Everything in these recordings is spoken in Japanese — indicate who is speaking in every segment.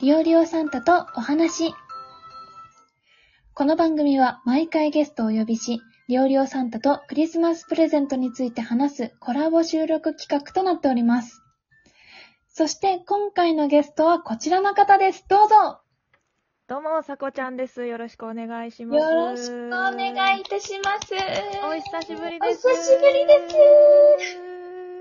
Speaker 1: リオリオサンタとお話。この番組は毎回ゲストをお呼びし、リオリオサンタとクリスマスプレゼントについて話すコラボ収録企画となっております。そして今回のゲストはこちらの方です。どうぞ
Speaker 2: どうも、さこちゃんです。よろしくお願いします。
Speaker 1: よろしくお願いいたします。
Speaker 2: お久しぶりです。。
Speaker 1: お久しぶりです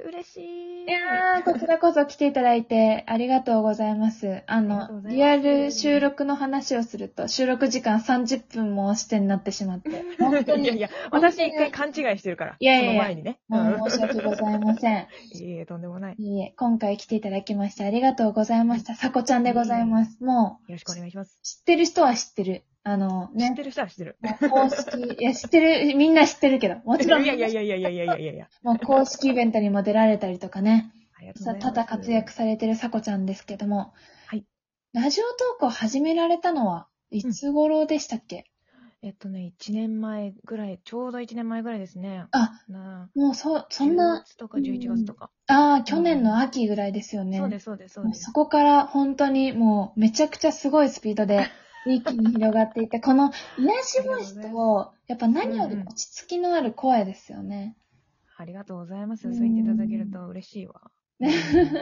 Speaker 2: 嬉しい。
Speaker 1: いやー、こちらこそ来ていただいてありがとうございます。あ
Speaker 2: ありがとう
Speaker 1: の
Speaker 2: ご、ざいます
Speaker 1: リアル収録の話をすると、収録時間30分も押してになってしまって。本当
Speaker 2: いやい
Speaker 1: に、
Speaker 2: や、私一回勘違いしてるから。
Speaker 1: いやいやいや
Speaker 2: その前にね。
Speaker 1: もう申し訳ございません。
Speaker 2: うんいえいえ、とんでもない。よ
Speaker 1: いいえ、今回来ていただきましてありがとうございました。さこちゃんでございます。も
Speaker 2: ろしくお願いします
Speaker 1: う、。知ってる人は知ってる。あの、
Speaker 2: 知っ
Speaker 1: ね
Speaker 2: て。る人は知ってる。
Speaker 1: もう公式、いや、知ってる、みんな知ってるけど、もちろん、
Speaker 2: いやいやいやいやいやいやいやいやいや。
Speaker 1: もう公式イベントにも出られたりとかね、
Speaker 2: ありがとうご
Speaker 1: さ
Speaker 2: ざいます。
Speaker 1: ただ活躍されてるさこちゃんですけども、
Speaker 2: はい。
Speaker 1: ラジオトークを始められたのは、いつ頃でしたっけ、
Speaker 2: えっとね、1年前ぐらい、ちょうど1年前ぐらいですね。
Speaker 1: あ、
Speaker 2: な
Speaker 1: もうそ、
Speaker 2: あ
Speaker 1: そん
Speaker 2: 10
Speaker 1: な、
Speaker 2: 月とか11月とか。
Speaker 1: ああ、去年の秋ぐらいですよね。
Speaker 2: そうです、そうです、そう
Speaker 1: もう
Speaker 2: です
Speaker 1: そ。こから本当にもうめちゃくちゃすごいスピードで一気に広がっていっ て、この癒しボイスと、やっぱ何より落ち着きのある声ですよね。
Speaker 2: ありがとうございます。
Speaker 1: う
Speaker 2: そ
Speaker 1: ん
Speaker 2: う言っていただけると嬉しいわ。
Speaker 1: ね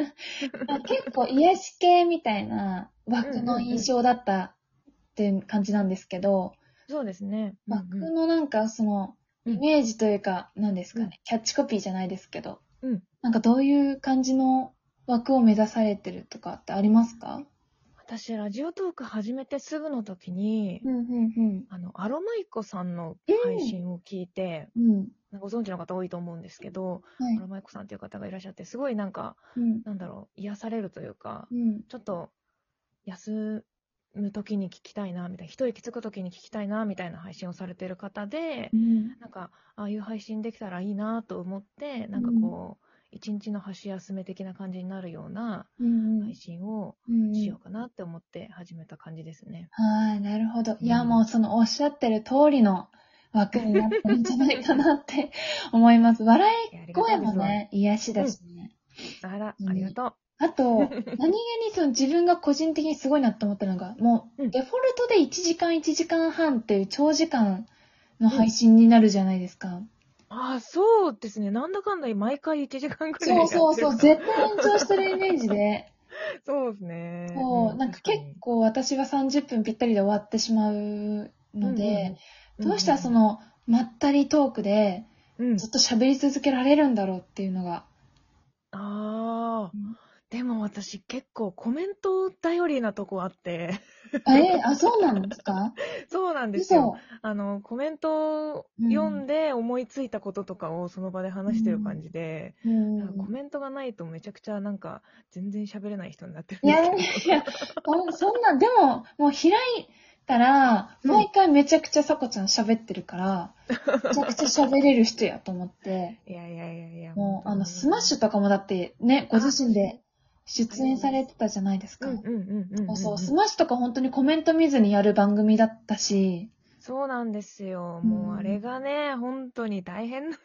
Speaker 1: あ結構癒し系みたいな枠の印象だったっていう感じなんですけど、
Speaker 2: そうですね。
Speaker 1: 枠のなんかその
Speaker 2: うん
Speaker 1: イメージというか、何ですか
Speaker 2: うん
Speaker 1: ね、キャッチコピーじゃないですけど、
Speaker 2: うん
Speaker 1: なんかどういう感じの枠を目指されてるとかってありますか
Speaker 2: 私、ラジオトーク始めてすぐの時に、
Speaker 1: うん、うん、
Speaker 2: あの、アロマイコさんの配信を聞いて、
Speaker 1: うん。うん。
Speaker 2: ご存知の方多いと思うんですけど、
Speaker 1: はい
Speaker 2: アロ。マイコさんっていう方がいらっしゃって、すごいなんか、
Speaker 1: うん。
Speaker 2: なんだろう、癒されるというか、
Speaker 1: うん。
Speaker 2: ちょっと、休む時に聞きたいな、みたいな、一息つく時に聞きたいな、みたいな配信をされてる方で、
Speaker 1: うん
Speaker 2: なんか、ああいう配信できたらいいなと思って、なんかこう、一日の箸休め的な感じになるような
Speaker 1: うんうん
Speaker 2: 配信を
Speaker 1: うん
Speaker 2: しようかなって思って始めた感じですね。
Speaker 1: はい、なるほど。いや、
Speaker 2: うん
Speaker 1: もうそのおっしゃってる通りの枠になってるんじゃないかなって思います。笑
Speaker 2: いやあり
Speaker 1: い
Speaker 2: がと
Speaker 1: 声
Speaker 2: うご
Speaker 1: も
Speaker 2: ざい
Speaker 1: ね、癒しだしね。
Speaker 2: ます。あら
Speaker 1: う、ん
Speaker 2: ありがとう。
Speaker 1: あと、何気にその自分が個人的にすごいなと思ったのが、も
Speaker 2: う
Speaker 1: うんデフォルトで1時間1時間半っていう長時間の配信になるじゃないですか。
Speaker 2: ああ、そうですね。なんだかんだ毎回1時間くら
Speaker 1: そう
Speaker 2: いやってる。
Speaker 1: そうそう、
Speaker 2: そう
Speaker 1: 絶対延長してるイメージで。
Speaker 2: ですね。
Speaker 1: そう、なんか結構私は30分ぴったりで終わってしまうので、どうしたらそ、の、まったりトークで、
Speaker 2: うんうん
Speaker 1: ずっと喋り続けられるんだろうっていうのが。
Speaker 2: ああ、でも私結構コメント頼りなとこあって、
Speaker 1: あえ、あ、そうなんですか
Speaker 2: そうなんですよ。
Speaker 1: 嘘。
Speaker 2: あの、コメントを読んで思いついたこととかをその場で話してる感じで、
Speaker 1: うん。
Speaker 2: なんかコメントがないとめちゃくちゃなんか全然喋れない人になってるん
Speaker 1: い
Speaker 2: ですけ
Speaker 1: や
Speaker 2: ど
Speaker 1: いや、あそんな、でも、もう開いたら、
Speaker 2: うん
Speaker 1: 毎回めちゃくちゃさこちゃん喋ってる から、めちゃくちゃ喋れる人やと思って、
Speaker 2: いやいやいやいや。
Speaker 1: もう、あの、スマッシュ
Speaker 2: ュ
Speaker 1: とかもだってね、ご自身で出演されてたじゃないです
Speaker 2: う
Speaker 1: か
Speaker 2: ん。うんうんうん
Speaker 1: そ
Speaker 2: うん、
Speaker 1: うそう、スマッシュとか本当にコメント見ずにやる番組だった し、
Speaker 2: そうなんですよ。
Speaker 1: うん
Speaker 2: もうあれがね、本当に大変な。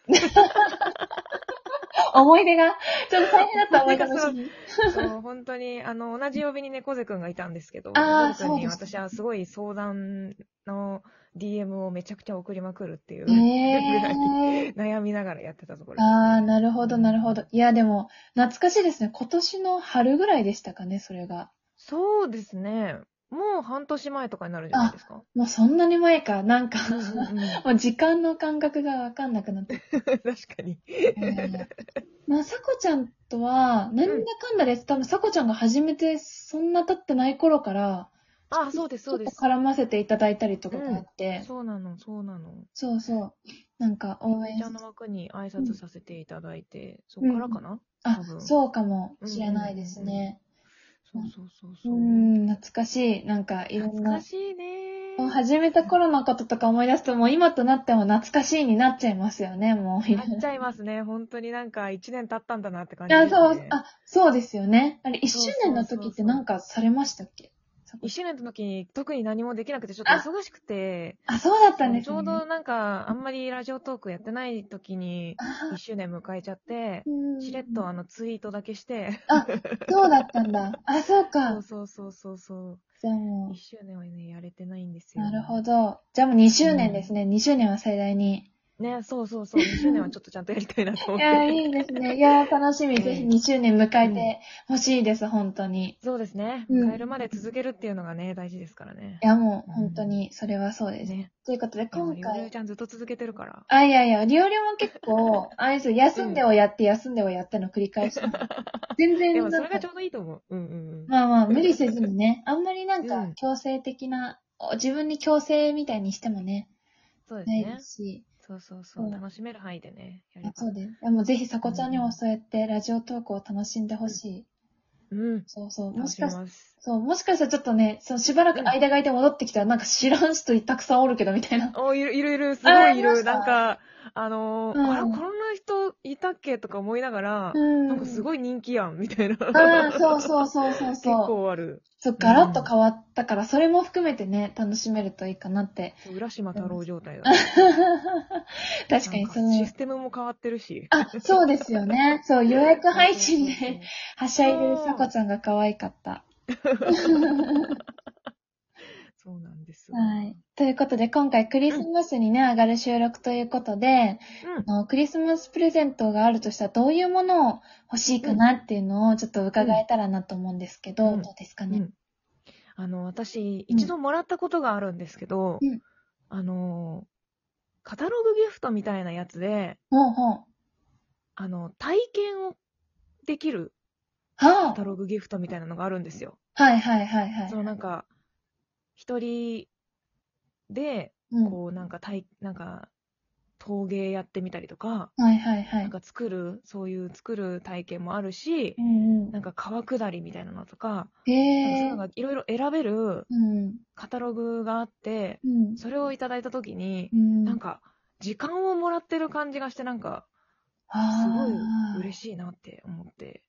Speaker 1: 思い出が、 ちょっと大変だった思い出がしに。
Speaker 2: そう本当に、あの、同じ曜日に猫背くんがいたんですけど、
Speaker 1: あー
Speaker 2: 猫背くんに
Speaker 1: そうで
Speaker 2: 私
Speaker 1: した
Speaker 2: はすごい相談の DM をめちゃくちゃ送りまくるっていう、
Speaker 1: ええ
Speaker 2: 悩みながらやってたところ です、
Speaker 1: ああ、なるほど、なるほど。いや、でも、懐かしいですね。今年の春ぐらいでしたかね、それが。
Speaker 2: そうですね。もう半年前とかになるんじゃないですか。
Speaker 1: もうそんなに前か、なんか、
Speaker 2: うんうん うん
Speaker 1: もう時間の感覚がわかんなくなってき
Speaker 2: 確かに。
Speaker 1: て。まあ、さこちゃんとは、なんだかんだです。多分、さこちゃんが初めて、そんな経ってない頃から、
Speaker 2: あ、そうです、
Speaker 1: ちょ
Speaker 2: そ
Speaker 1: っ
Speaker 2: うで
Speaker 1: と
Speaker 2: す。
Speaker 1: 絡ませていただいたりとかがあって、
Speaker 2: そうなの、そうなの。
Speaker 1: そうそう。なんか、応援
Speaker 2: ちゃんの枠に挨拶させていただいて、そ
Speaker 1: うん
Speaker 2: こからかな、
Speaker 1: あ
Speaker 2: 多、分
Speaker 1: そうかもしれないですね。
Speaker 2: そうそうそう
Speaker 1: う
Speaker 2: そう。
Speaker 1: ん、懐かしい。なんか、いろん
Speaker 2: 懐
Speaker 1: な
Speaker 2: か。しいね
Speaker 1: もう始めた頃のこととか思い出すと、もう今となっても懐かしいになっちゃいますよね、もう。
Speaker 2: なっちゃいますね。本当になんか一年経ったんだなって感じ
Speaker 1: あ、
Speaker 2: です、ね。
Speaker 1: そう、あ、そうですよね。あれ、1周年の時ってなんかされましたっけそっか
Speaker 2: 一周年の時に特に何もできなくて、ちょっと忙しくて、
Speaker 1: あ、そうだったんですね。
Speaker 2: ちょうどなんか、あんまりラジオトークやってない時に、
Speaker 1: あ
Speaker 2: 一周年迎えちゃって、
Speaker 1: ー、
Speaker 2: しれっ
Speaker 1: う
Speaker 2: と
Speaker 1: ん
Speaker 2: あのツイートだけして、
Speaker 1: そうだったんだ。あ、そう
Speaker 2: そ
Speaker 1: か
Speaker 2: う。そうそうそうそう、
Speaker 1: じゃあも
Speaker 2: 一周年はね、やれてないんです
Speaker 1: う、
Speaker 2: よ。
Speaker 1: なるほど。じゃあもう2周年ですね。2周年は最大に。
Speaker 2: ね、そうそうそう、2周年はちょっとちゃんとやりたいなと思っ
Speaker 1: い
Speaker 2: て。
Speaker 1: やー、いいですね。いやー、楽しみ。
Speaker 2: うん
Speaker 1: ぜひ2周年迎えてほしいです、本当に。
Speaker 2: そうですね。
Speaker 1: うん
Speaker 2: 迎えるまで続けるっていうのがね、大事ですからね
Speaker 1: い。や、もう、本当に、それはそうです。
Speaker 2: ね。
Speaker 1: ということで、今
Speaker 2: いやゆる
Speaker 1: 回
Speaker 2: ゆち、ゃんずっと続けてるから。
Speaker 1: あ、いやいや、料理も結構、あれですよ、休んでをやって、休んでをやっての繰り返し。全
Speaker 2: で
Speaker 1: 然、
Speaker 2: もそれ
Speaker 1: なん
Speaker 2: が
Speaker 1: か
Speaker 2: ちょうどいいと思う。うんうんうん。
Speaker 1: まあまあ、無理せずにね、あんまりなん
Speaker 2: う
Speaker 1: か
Speaker 2: ん、
Speaker 1: 強制的な、お自分に強制みたいにしてもね、
Speaker 2: そうです
Speaker 1: ない
Speaker 2: ね
Speaker 1: で。すし、
Speaker 2: そうそうそうう。
Speaker 1: ん
Speaker 2: 楽しめる範囲でね、や
Speaker 1: いや
Speaker 2: れば
Speaker 1: そうです。いやもうぜひ、さこちゃんにもそうやって、ラジオトークを楽しんでほしい。
Speaker 2: うん。
Speaker 1: そうそう、も
Speaker 2: 楽
Speaker 1: し
Speaker 2: し
Speaker 1: か
Speaker 2: め
Speaker 1: し
Speaker 2: ます。
Speaker 1: そう、もしかしたらちょっとね、そのしばらく間が空いて戻ってきたら、なんか知らん人たくさんおるけど、みたいな。
Speaker 2: おいる、いるいる、す
Speaker 1: あ
Speaker 2: ご
Speaker 1: あ
Speaker 2: い
Speaker 1: り
Speaker 2: い
Speaker 1: まし
Speaker 2: る。
Speaker 1: た
Speaker 2: なんか、あのー、
Speaker 1: うん
Speaker 2: あら、こんな人いたっけとか思いながら、
Speaker 1: ん
Speaker 2: なんかすごい人気やん、みたいな。
Speaker 1: ああ、そうそうそうそう
Speaker 2: 結
Speaker 1: そう。
Speaker 2: 構ある。
Speaker 1: そう、ガラッと変わったから、それも含めてね、楽しめるといいかな って。
Speaker 2: そう浦島太郎状態だ。確
Speaker 1: 確かに、その、
Speaker 2: システムも変わってるし。
Speaker 1: あ、そうですよね。そう、予約配信
Speaker 2: そうそうそう
Speaker 1: で、はしゃいでるさこちゃんが可愛かった。
Speaker 2: そうなんです。
Speaker 1: はい。ということで、今回クリスマスにね、上がる収録ということで、
Speaker 2: うん。
Speaker 1: あのクリスマスプレゼントがあるとしたら、どういうものを欲しいかなっていうのをちょっと伺えたらなと思うんですけど、
Speaker 2: うん
Speaker 1: どうですか
Speaker 2: う
Speaker 1: ね。
Speaker 2: ん、あの、私、
Speaker 1: うん
Speaker 2: 一度もらったことがあるんですけど、
Speaker 1: うん
Speaker 2: あの、カタログギフトみたいなやつで、
Speaker 1: ほうほう。
Speaker 2: あの、体験をできるカ
Speaker 1: は
Speaker 2: タログギフトみたいなのがあるんですよ。
Speaker 1: あ。はいはいはいはい。
Speaker 2: そのなんか、一人で、
Speaker 1: うん。
Speaker 2: こうなんか体、なんか、陶芸やってみたりとか、
Speaker 1: はいはいは
Speaker 2: なん
Speaker 1: い。
Speaker 2: か作る、そういう作る体験もあるし
Speaker 1: う、んう
Speaker 2: なんか川下りみたいなのとか、
Speaker 1: ん。
Speaker 2: なんかそうい
Speaker 1: へ
Speaker 2: うの
Speaker 1: え。
Speaker 2: がいろいろ選べる
Speaker 1: うん。
Speaker 2: カタログがあって、
Speaker 1: うん。
Speaker 2: それをいただいたときに
Speaker 1: う、ん
Speaker 2: なんか、時間をもらってる感じがして、なんか、す
Speaker 1: あ
Speaker 2: ごい
Speaker 1: あ
Speaker 2: 嬉しいなって思って、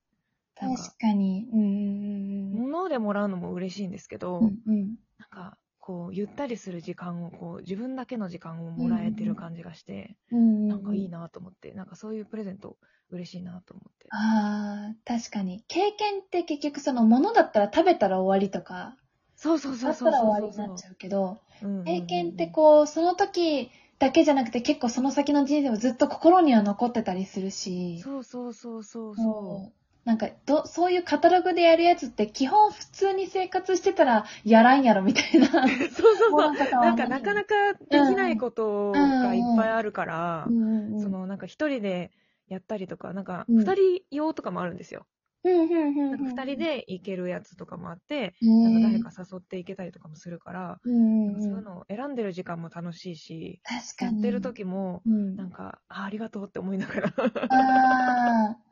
Speaker 2: なんか
Speaker 1: 確かに。うんうん
Speaker 2: 物でもらうのも嬉しいんですけど、
Speaker 1: うんうん。うんうん。
Speaker 2: なんか、こう、ゆったりする時間を、こう、自分だけの時間をもらえてる感じがして、
Speaker 1: うんうん。
Speaker 2: なんかいいなと思って、なんかそういうプレゼント嬉しいなと思って。
Speaker 1: ああ、確かに。経験って結局その物だったら食べたら終わりとか、
Speaker 2: そうそうそ
Speaker 1: あ
Speaker 2: う
Speaker 1: った
Speaker 2: そう
Speaker 1: ら終
Speaker 2: そ
Speaker 1: わ
Speaker 2: う
Speaker 1: り
Speaker 2: そう
Speaker 1: になっちゃうけど、
Speaker 2: うんうんうん
Speaker 1: 経験ってこう、その時だけじゃなくて結構その先の人生もずっと心には残ってたりするし、
Speaker 2: そうそうそうそ
Speaker 1: も
Speaker 2: うそう
Speaker 1: なんかど、そういうカタログでやるやつって基本普通に生活してたらやらんやろみたいな。
Speaker 2: う。 そうそう
Speaker 1: もう
Speaker 2: そう。
Speaker 1: なんか
Speaker 2: なんかなかなかできないことがいっぱいあるから、
Speaker 1: うんうんうん
Speaker 2: そのなんか一人でやったりとか、なんか
Speaker 1: うん
Speaker 2: 二人用とかもあるんですよ。
Speaker 1: うんうんうんう
Speaker 2: なん
Speaker 1: んうん
Speaker 2: か二人で行けるやつとかもあって、なんか誰
Speaker 1: ね
Speaker 2: か誘って行けたりとかもするから、
Speaker 1: えうん
Speaker 2: なんかそ
Speaker 1: う
Speaker 2: う
Speaker 1: ん
Speaker 2: いう
Speaker 1: うん
Speaker 2: のを選んでる時間も楽しいし、
Speaker 1: 確
Speaker 2: や
Speaker 1: かに。
Speaker 2: ってる時も、
Speaker 1: うん
Speaker 2: なんか、あ、ありがとうって思いな がら。
Speaker 1: ああ、
Speaker 2: そう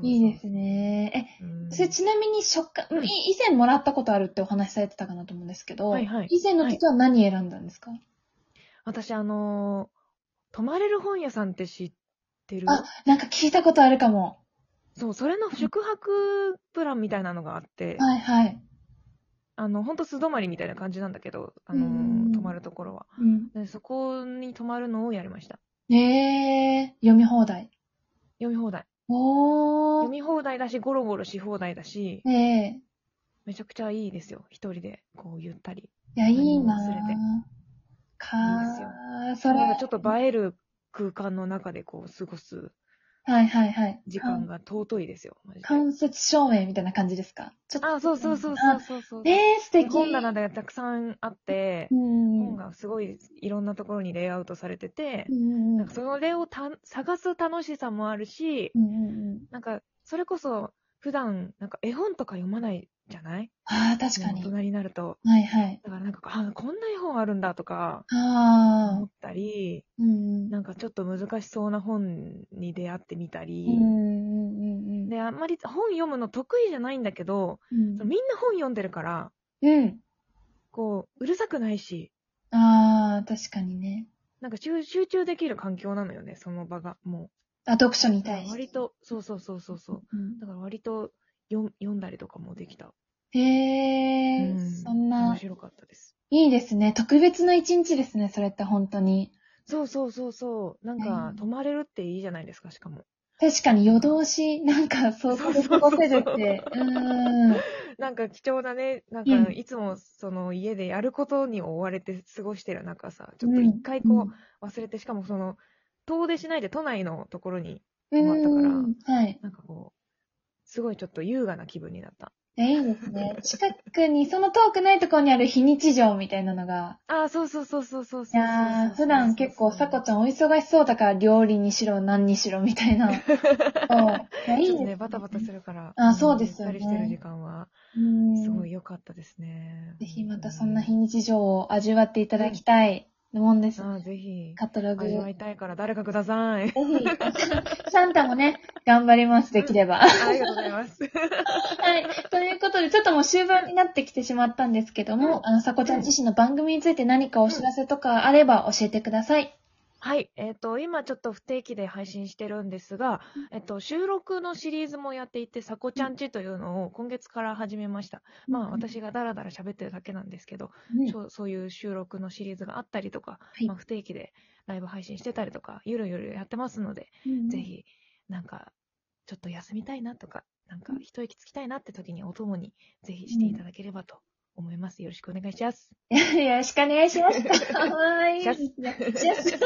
Speaker 2: そう
Speaker 1: いいです。ね。
Speaker 2: うん
Speaker 1: え、それちなみに食感、
Speaker 2: うん
Speaker 1: い以前もらったことあるってお話しされてたかなと思うんですけど、
Speaker 2: はいはい
Speaker 1: 以前の時は何選んだんですか、
Speaker 2: 私、あのー泊まれる本屋さんって知ってる
Speaker 1: あ、なんか聞いたことあるかも。
Speaker 2: そう、それの宿泊プランみたいなのがあって、
Speaker 1: はいはい。
Speaker 2: あの、ほんと素泊まりみたいな感じなんだけど、あの
Speaker 1: う
Speaker 2: ー
Speaker 1: ん
Speaker 2: 泊まるところは。
Speaker 1: うん。
Speaker 2: でそこに泊まるのをやりました。
Speaker 1: ええ読み放題。
Speaker 2: 読み放題。
Speaker 1: お
Speaker 2: 読
Speaker 1: ー。
Speaker 2: み放題だし、ゴロゴロし放題だし、
Speaker 1: ええ
Speaker 2: めちゃくちゃいいですよ。一人で、こう、ゆったり。
Speaker 1: いや、いいな
Speaker 2: 何も忘れて
Speaker 1: ーか
Speaker 2: いいですよ
Speaker 1: ー、それ。
Speaker 2: なんかちょっと映える空間の中で、こう、過ごす
Speaker 1: はいはいはい。
Speaker 2: 時間が尊いですよ。マジで。
Speaker 1: 間接照明みたいな感じですかちょっと。
Speaker 2: あ、そうそうそうそうそうそう。
Speaker 1: ええ素敵。
Speaker 2: 本棚がたくさんあって
Speaker 1: う、ん。
Speaker 2: 本がすごいいろんなところにレイアウトされてて
Speaker 1: う、んうんう
Speaker 2: なん
Speaker 1: ん
Speaker 2: かそれをた探す楽しさもあるし、
Speaker 1: うんうんうん。
Speaker 2: なんかそれこそ普段なんか絵本とか読まないじゃない
Speaker 1: ああ、確かに
Speaker 2: もう。大人になると。
Speaker 1: はいはい。
Speaker 2: だからなんか、あこんな絵本あるんだとか
Speaker 1: あ
Speaker 2: 思
Speaker 1: あ、
Speaker 2: ったり、
Speaker 1: うん。
Speaker 2: なんかちょっと難しそうな本に出会ってみたり
Speaker 1: う、んうんうんうん。
Speaker 2: で、あんまり本読むの得意じゃないんだけど、
Speaker 1: うん
Speaker 2: そのみんな本読んでるから、
Speaker 1: うん。
Speaker 2: こう、うるさくないし、
Speaker 1: ああ、確かにね。
Speaker 2: なんか集集中できる環境なのよね、その場が。も
Speaker 1: あ、読書に
Speaker 2: う。だ
Speaker 1: 対
Speaker 2: から
Speaker 1: して。
Speaker 2: 割と、そうそうそうそうそう。
Speaker 1: うん
Speaker 2: だから割と読ん読んだりとかもできた。
Speaker 1: へえ、
Speaker 2: うん
Speaker 1: そん
Speaker 2: 面
Speaker 1: な、
Speaker 2: 白かったです。
Speaker 1: いいですね。特別な一日ですね、それって本当に。
Speaker 2: そうそうそうそう。なんか
Speaker 1: う、ん
Speaker 2: 泊まれるっていいじゃないですか、しかも。
Speaker 1: 確かに夜通し、なんか想像で過ごせる
Speaker 2: そう
Speaker 1: っ
Speaker 2: そう
Speaker 1: て。うん。
Speaker 2: なんか貴重なね、なん
Speaker 1: う
Speaker 2: か
Speaker 1: ん
Speaker 2: いつもその家でやることに追われて過ごしてる中さ、ち
Speaker 1: ち
Speaker 2: ょっと一回こう忘れて、しかもその遠出しないで都内のところに、
Speaker 1: うん、
Speaker 2: 困ったから
Speaker 1: うんはい。
Speaker 2: なんかこう、すごいちょっと優雅な気分になった。
Speaker 1: いやいいですね。近くに、その遠くないところにある非日常みたいなのが。
Speaker 2: ああ、そうそうそうそうそうそう
Speaker 1: い
Speaker 2: そう
Speaker 1: やー、普段結構、さこちゃんお忙しそうだから、料理にしろ、何にしろ、みた いな。そう。いや、いいで
Speaker 2: ちょっ
Speaker 1: す
Speaker 2: とね、バタバタするから。
Speaker 1: あそうですよね
Speaker 2: ゆったりしてる時間は、
Speaker 1: うん
Speaker 2: すごい良かったですね。
Speaker 1: ぜひまたそんな非日常を味わっていただきたいもんです。
Speaker 2: ああ、ぜひ。
Speaker 1: カタログ。
Speaker 2: 味わ
Speaker 1: ぜ
Speaker 2: いたいから誰かください。
Speaker 1: ひ、サンタもね、頑張ります、できれば。
Speaker 2: ありがとうございます。
Speaker 1: はい。ということで、ちょっともう終盤になってきてしまったんですけども、あの、さこちゃん自身の番組について何かお知らせとかあれば教えてください。
Speaker 2: はい。えっ、と、今ちょっと不定期で配信してるんですが、えっ、と、収録のシリーズもやっていて、さこちゃんちというのを今月から始めました。まあ、私がダラダラ喋ってるだけなんですけど、
Speaker 1: うん、
Speaker 2: そうそういう収録のシリーズがあったりとか、
Speaker 1: はい
Speaker 2: まあ、不定期でライブ配信してたりとか、ゆるゆるやってますので、
Speaker 1: うん
Speaker 2: ぜ。ひ、なんか、ちょっと休みたいなとか、なんか、一息つきたいなって時にお供に、ぜひしていただければと思います。よろしくお願いします。
Speaker 1: よろしくお願いし ます。はい。
Speaker 2: シャス
Speaker 1: シャス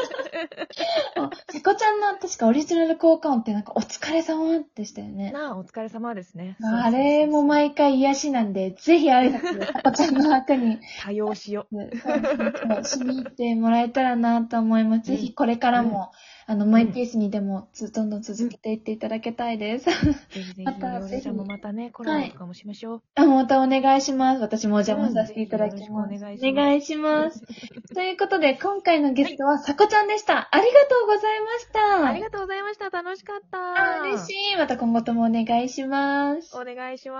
Speaker 1: さこちゃんの確かオリジナル効果音ってなんかお疲れ様でしたよね。
Speaker 2: なあ、お疲れ様ですね。
Speaker 1: まああれも
Speaker 2: 前
Speaker 1: 毎回癒しなんで、ぜひあれですね、さこちゃんの枠 に
Speaker 2: 多用しよう。
Speaker 1: そうしに行ってもらえたらなと思います。ぜひこれからも、あの、マイペースにでもつ、どんどん続けていっていただきたいです。
Speaker 2: ぜひぜひ、
Speaker 1: また
Speaker 2: ヨネちゃんもまたね、コラボとかもしましょう。
Speaker 1: あまたお願いします。私もお邪魔させていただきます。
Speaker 2: うんぜひよろしくお
Speaker 1: お
Speaker 2: 願
Speaker 1: 願いします。ということで、今回のゲストはさこちゃんでした。ありがとうございました。
Speaker 2: ありがとうございました。楽しかった。
Speaker 1: あ嬉しい。また今後ともお願いします。
Speaker 2: お願いします。